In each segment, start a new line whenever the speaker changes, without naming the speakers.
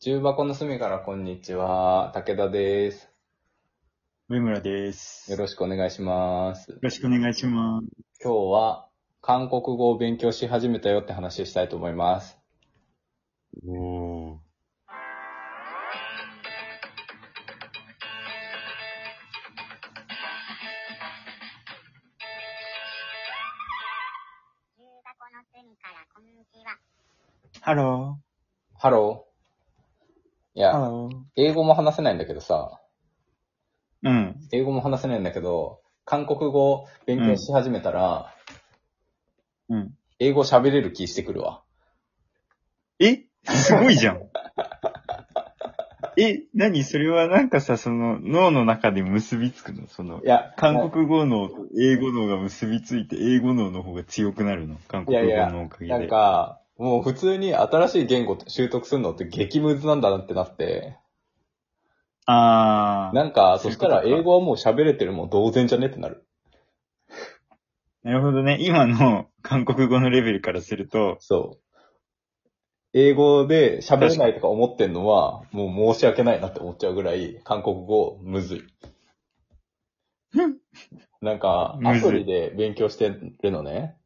重箱の隅からこんにちは。武田です。
上村です。
よ
よ
ろしくお願いします。
ろしくお願いします。
今日は韓国語を勉強し始めたよって話したいと思います。
おー。
重箱の隅からこんにちは。
ハロ
ハロー。い
ー。ハ
や、
ロー。
英語も話せないんだけどさ、
うん。
英語も話せないんだけど、韓国語を勉強し始めたら、
うん。
英語喋れる気してくるわ。
え すごいじゃん。え、なにそれはなんかさ、その脳の中で結びつくのその
い、や、
韓国語の英語脳が結びついて、英語脳の方が強くなるの韓
い
国
やい
語
や
のおかげで。
なんか、もう普通に新しい言語習得するのって激ムズなんだなってなって、
あー。な
なんか、
そ
そう
いう
し
こ
た
とか
ら英語はもう喋れてるもん同然じゃねってなる。
るほどね。今の韓国語のレベルからすると、
そう。英語で喋れないとか思ってんのは、もう申し訳ないなって思っちゃうぐらい、韓国語む ずい。なんか、
む
ア
ずい
プリで勉強してるのね。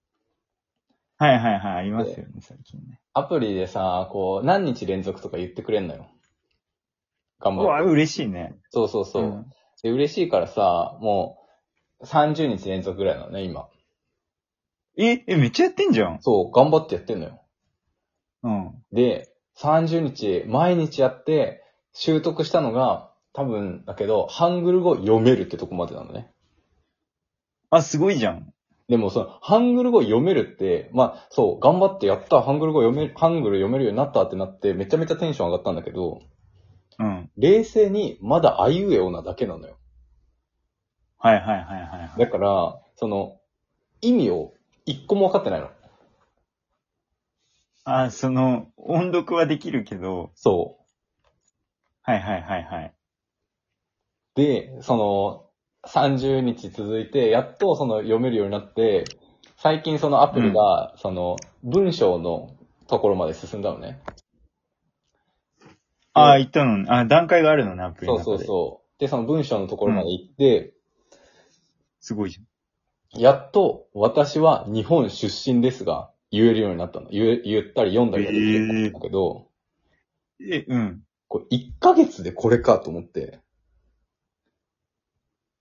はいはいはい、ありますよね、最近ね。
アプリでさ、こう、何日連続とか言ってくれんのよ。頑
う
張
わ、
る。
嬉しいね。
そうそうそう、
ん
で。嬉しいからさ、もう、30日連続ぐらいなのね、今。
え、え、めっちゃやってんじゃん。
そう、頑張ってやってんのよ。
うん。
で、30日、毎日やって、習得したのが、多分だけど、ハングル語読めるってとこまでなのね。
あ、すごいじゃん。
でもその、ハングル語読めるって、まあ、そう、頑張ってやった、ハングル語読める、ハングル読めるようになったってなって、めちゃめちゃテンション上がったんだけど、
うん。
冷静に、まだあいうえおなだけなのよ。
はいはいはいはいはい。
だから、その、意味を一個も分かってないの。
あ、その、音読はできるけど、
そう。
はいはいはいはい。
で、その、30日続いて、やっとその読めるようになって、最近そのアプリが、その、文章のところまで進んだのね。
あ、言ったのね、あ、段階があるのね、アプリの
そう
中で。
そうそう。で、その文章のところまで行って、
すごいじ
やっと私は日本出身ですが、言えるようになったの。言え言ったり読んだりができるようになったんだけど、
ゃん。え、うん。
これ1ヶ月でこれかと思って。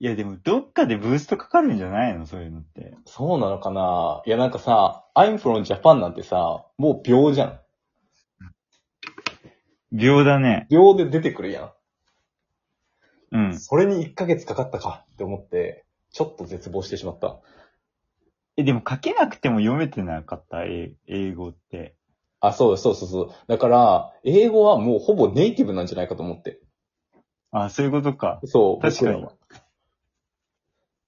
いやでも、どっかでブーストかかるんじゃないのそういうのって。
そうなのかないやなんかさ、I'm from Japan なんてさ、もう秒じゃん。
秒だね。
秒で出てくるやん。
うん。
それに1ヶ月かかったかって思って、ちょっと絶望してしまった。
え、でも書けなくても読めてなかった、え英語って。
あ、そうそうそうそう。だから、英語はもうほぼネイティブなんじゃないかと思って。
あ、そういうことか。
そう。
確か
僕
に
らは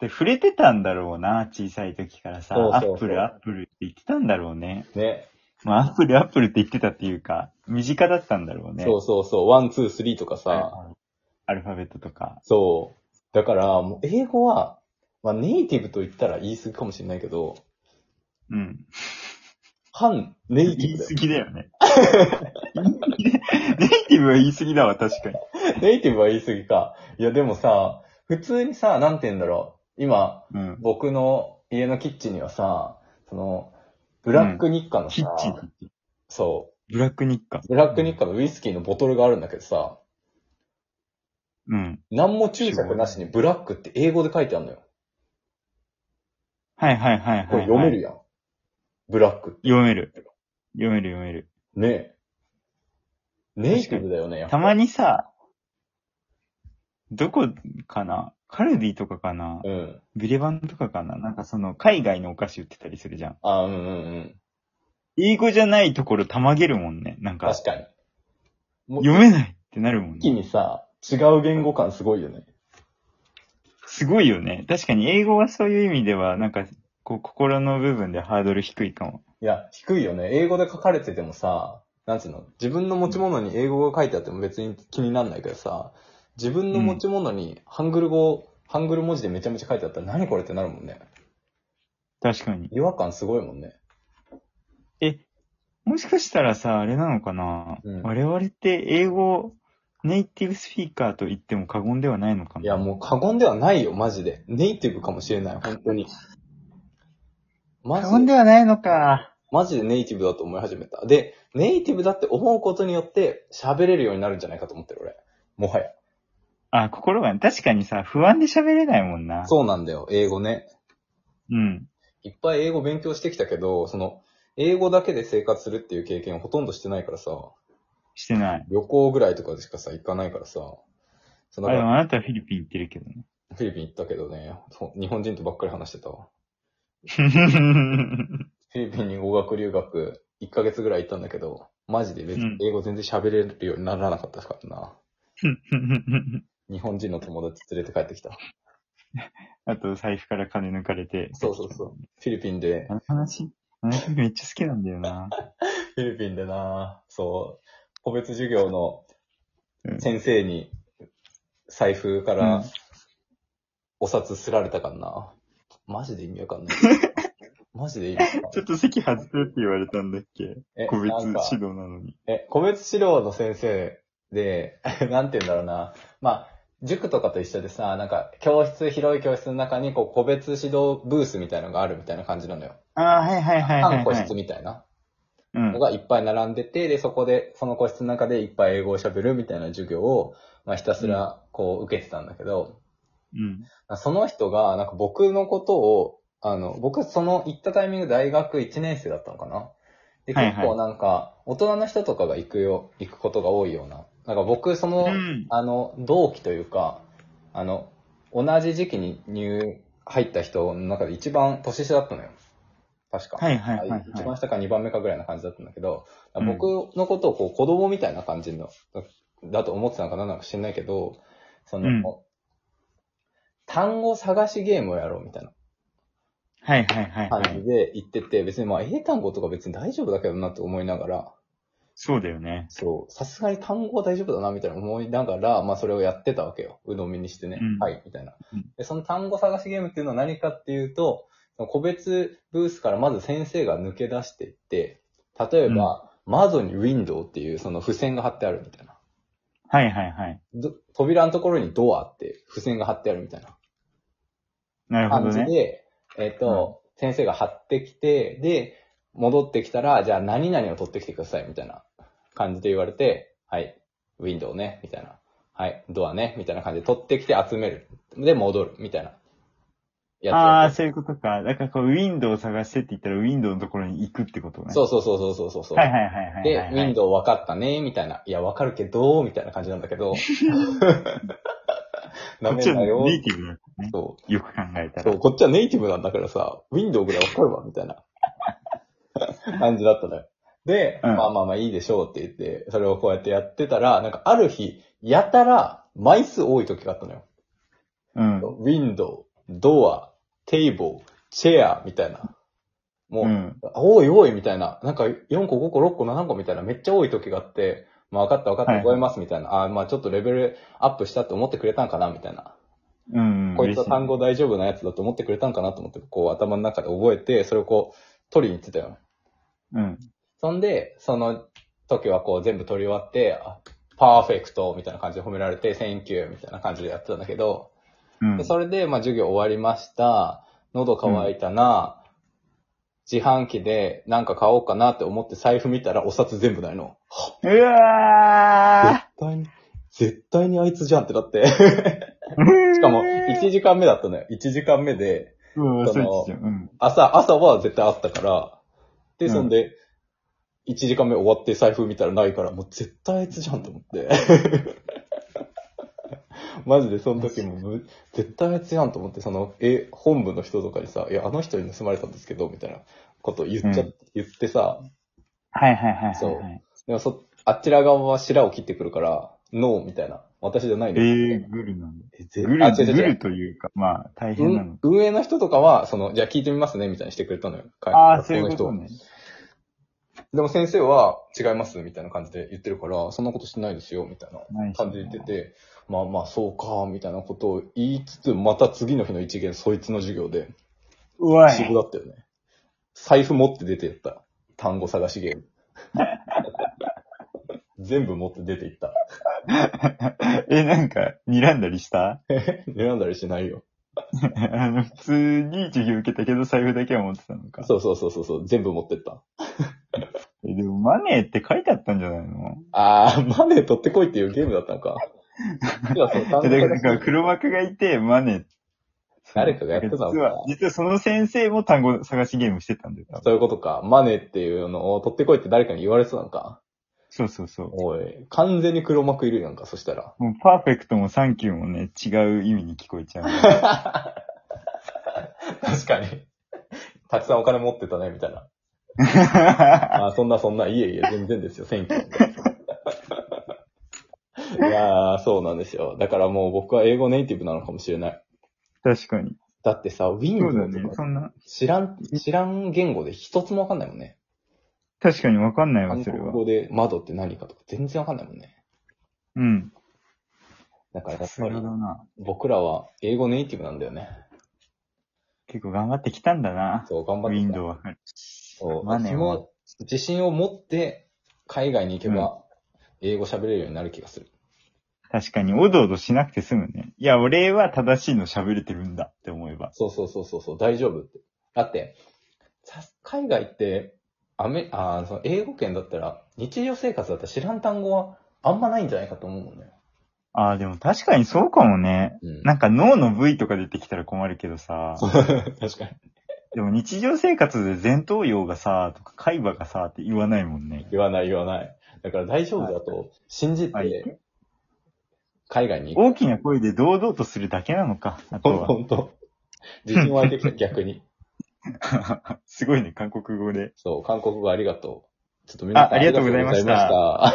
で、触れてたんだろうな、小さい時からさ。
そうそうそう
アップル、アップルって言ってたんだろうね。
ね
まあ、アップル、アップルって言ってたっていうか、身近だったんだろうね。
そうそうそう。ワン、ツー、スリーとかさ。
アルファベットとか。
そう。だから、もう英語は、まあネイティブと言ったら言い過ぎかもしれないけど、
うん。
反ネイティ
言
ブ
い
だ
過
よ。
ぎだよね。 ネイティブは言い過ぎだわ、確かに。
ネイティブは言い過ぎか。いや、でもさ、普通にさ、なんて言うんだろう。今、
うん。
僕の家のキッチンにはさ、その、ブラック日課のさ、
キッチン。
そう。
ブラックニッカ。
ブラックニッカのウイスキーのボトルがあるんだけどさ、
うん。
何も注釈なしにブラックって英語で書いてあるのよ。
はいはいはいはい、
これ読める
よ。
やん。ブラック。
読める。読める読める。
ねえ。ネイティブだよね、やっぱ
たまにさ、どこかなカルディとかかな
うん。
ビレバンとかかななんかその海外のお菓子売ってたりするじゃん。
あうんうんうん。
英語じゃないところたまげるもんね。なんか、
確かに。もう
読めないってなるもん
一
ね
気。にさ、違う言語感すごいよね。
すごいよね。確かに英語はそういう意味では、なんか、こう、心の部分でハードル低いかも。
いや、低いよね。英語で書かれててもさ、なんつうの、自分の持ち物に英語が書いてあっても別に気になんないけどさ、自分の持ち物にハングル語、ハングル文字でめちゃめちゃ書いてあったら何これってなるもんね。
確かに。
違和感すごいもんね。
え、もしかしたらさ、あれなのかな、
うん
我々って英語ネイティブスピーカーと言っても過言ではないのかない
や、もう過言ではないよ、マジで。ネイティブかもしれない、本当に。マ
過言
ジ
で
で、
はないのか。
マジでネイティブだと思い始めた。で、ネイティブだって思うことによって喋れるようになるんじゃないかと思ってる、俺。もはや。
あ、心が、確かにさ、不安で喋れないもんな。
そうなんだよ、英語ね。
う。うん。
いっぱい英語勉強してきたけど、その、英語だけで生活するっていう経験をほとんどしてないからさ、
してない。
旅行ぐらいとかでしかさ、行かないからさ、その
あ、でもあなたはフィリピン行ってるけどね。
フィリピン行ったけどね、そう日本人とばっかり話してたわ。フィリピンに語学留学1ヶ月ぐらい行ったんだけど、マジで別
うん
に英語全然喋れるようにならなかったからな。日本人の友達連れて帰って きた。
あと、財布から金抜かれて。
そうそうそう。フィリピンで
あ、の話、あの話めっちゃ好きなんだよな。
フィリピンでな、そう、個別授業の
うん
先生に財布か
うん
らお札すられたからな。マジで意味わか んない。マジで意味わかんない
ちょっと席外せって言われたんだっけ
え
個別
なん
指
か
導なのに。
え、個別指導の先生で、 なんて言うんだろうな。まあ、塾とかと一緒でさ、なんか、教室、広い教室の中に、こう、個別指導ブースみたいのがあるみたいな感じなのよ。
ああ、はいはいはいはい、
半個
はい
室。みたいな
うん
の。がいっぱい並んでて、で、そこで、その個室の中でいっぱい英語を喋るみたいな授業を、まあ、ひたすら、こう、受けてたんだけど、
うん。
その人が、なんか僕のことを、あの、僕、その行ったタイミング大学1年生だったのかな。で、
はいはい
結構なんか、大人の人とかが行くよ、行くことが多いような。なんか僕、その、
うん
あの、同期というか、あの、同じ時期に入、入った人の中で一番年下だったのよ。確か。
はいはいはいはい
一番下か二番目かぐらいな感じだったんだけど、
うん
僕のことをこう子供みたいな感じの、だだと思ってたのかななんか知んないけど、その、
うん
単語探しゲームをやろうみたいな
はいはいはい、は
感じ
い。
で言ってて、別にまあ英単語とか別に大丈夫だけどなって思いながら、
そうだよね。
そう、さすがに単語は大丈夫だな、みたいな思いながら、まあそれをやってたわけよ。鵜呑みにしてね。
うん
はい、みたいな
うん。
で、その単語探しゲームっていうのは何かっていうと、その個別ブースからまず先生が抜け出していって、例えば、窓にウィンドウっていうその付箋が貼ってあるみたいな。
はいはいはい。
ど扉のところにドアって付箋が貼ってあるみたいな
なるほ
感
ど
じで、
ね。
えっ、と、先生が貼ってきて、で、戻ってきたら、じゃあ何々を取ってきてください、みたいな感じで言われて、はい、ウィンドウね、みたいな。はい、ドアね、みたいな感じで取ってきて集める。で、戻る、みたいな。
ああ
や
ー、そういうことか。だからこう、ウィンドウを探してって言ったら、ウィンドウのところに行くってことね。。
つ。そううそうそうそうそうそうそう。
はいはいはいはい。
で、
はい
ウィンドウ分かったね、みたいな。いや、分かるけど、みたいな感じなんだけ ど。ダ
こっ
メ
ち
だ
は
よ。
ネイティブだよね。
そう。
よく考えた
そ
ら。
う、こっちはネイティブなんだからさ、ウィンドウぐらいわかるわ、みた いな感じだったのよ。で、
うん
まあまあまあいいでしょうって言って、それをこうやってやってたら、なんかある日、やたら枚数多い時があったのよ。
うん。
ウィンドウ、ドア、テーブル、チェア、みたいな。もう、
うん。
多い多いみたいな、なんか4個5個6個7個みたいなめっちゃ多い時があって、まあ分かった分かった
はい
覚えますみたいな、あーまあちょっとレベルアップしたって思ってくれたんかなみたいな。
うん。
こいつは単語大丈夫なやつだと思ってくれたんかなと思って、こう頭の中で覚えて、それをこう取りに行ってたよ。
うん。
そんで、その時はこう全部取り終わって、あパーフェクトみたいな感じで褒められて、センキューみたいな感じでやってたんだけど、
うん
で。それで、まあ授業終わりました。喉乾いたな。自販機でなんか買おうかなって思って財布見たらお札全部ないの。
うわ
絶対に、絶対にあいつじゃんってなって。
ー
しかも、1時間目だったのよ。1時間目で、
うん、
その
そうですよ。うん。
朝、朝は絶対あったから、で、
うん
そんで、1時間目終わって財布見たらないから、もう絶対あいつじゃんと思って。 マジでその時もむ、絶対あいつやんと思って、その、え、本部の人とかにさ、いや、あの人に盗まれたんですけど、みたいなこと言っちゃ、
うん
言ってさ、
はいはいはいはいはい。
そうでもそ、あちら側は白を切ってくるから、ノーみたいな。私じゃない
え
です。
ー、グルなんだ。
えぜ
グル、
あ、違う違う
グ
違
ル
う。
というか、まあ、大
う
変なの
ん。運営の人とかは、その、じゃあ聞いてみますね、みたいにしてくれたのよ。
ああ、
学校
そうい
の
うこ
人
とね。
でも先生は違いますみたいな感じで言ってるから、そんなことしてないですよみたいな
ない
感じで言ってて、まあまあそうか、みたいなことを言いつつ、また次の日の一元、そいつの授業で、
うわ
不思議
い。
だったよね。財布持って出てやった。単語探しゲーム。全部持って出ていった。
え、なんか、睨んだりした
選んだりしないよ。
あの、普通に授業受けたけど財布だけは持ってたのか。
そうそうそうそうそう、全部持ってった。
え、でもマネーって書いてあったんじゃないの
あー、マネー取ってこいっていうゲームだったのか。いやそう単語
え、だから
が
なんか黒幕がいて、マネー。
誰かがやってたのか
実は、実はその先生も単語探しゲームしてたんだよ、多分
そういうことか。マネーっていうのを取ってこいって誰かに言われてたのか。
そうそうそう。
おい、完全に黒幕いるやんか、そしたら。
もうパーフェクトもサンキューもね、違う意味に聞こえ ちゃう。
確かに。たくさんお金持ってたね、みたい な。
あ
あーそんなそんな、いえいえ、全然ですよ、選挙。いやー、そうなんですよ。だからもう僕は英語ネイティブなのかもしれない。
確かに。
だってさ、
そうだ
Windows
ね
と。
そ
か
んな、
知らん、知らん言語で一つもわかんないもんね。
確かにわかんないわ、
韓
それ
国
は。
語で窓って何かとか全然わかんないもんね。
うん。
だからや
さ
っ
す
ぱ
が
り
だな。
僕らは英語ネイティブなんだよね。
結構頑張ってきたんだな。
そう、頑張
ウ
って
ィ
き
ン
た
ドウは。
そう
マネーは
その自信を持って海外に行けば英語喋れるようになる気がする。
確かに、おどおどしなくて済むね。いや、俺は正しいの喋れてるんだって思えば。
そうそうそうそうそう、大丈夫って。だって、さ海外って、アメ、あーその英語圏だったら、日常生活だったら知らん単語はあんまないんじゃないかと思うもんね。
ああ、でも確かにそうかもね。
うん。
なんか脳の部位とか出てきたら困るけどさ。
確かに。
でも日常生活で前頭葉がさ、とか海馬がさ、って言わないもんね。
言わない言わない。だから大丈夫だと信じ
は
て、
い、
海外に行く。
大きな声で堂々とするだけなのか、あとは。
ほんと。自信湧いてきた、逆に。
すごいね、韓国語で。
そう、韓国語ありがとう。ちょっと皆さん
あありがとうございました
ありがとうございました。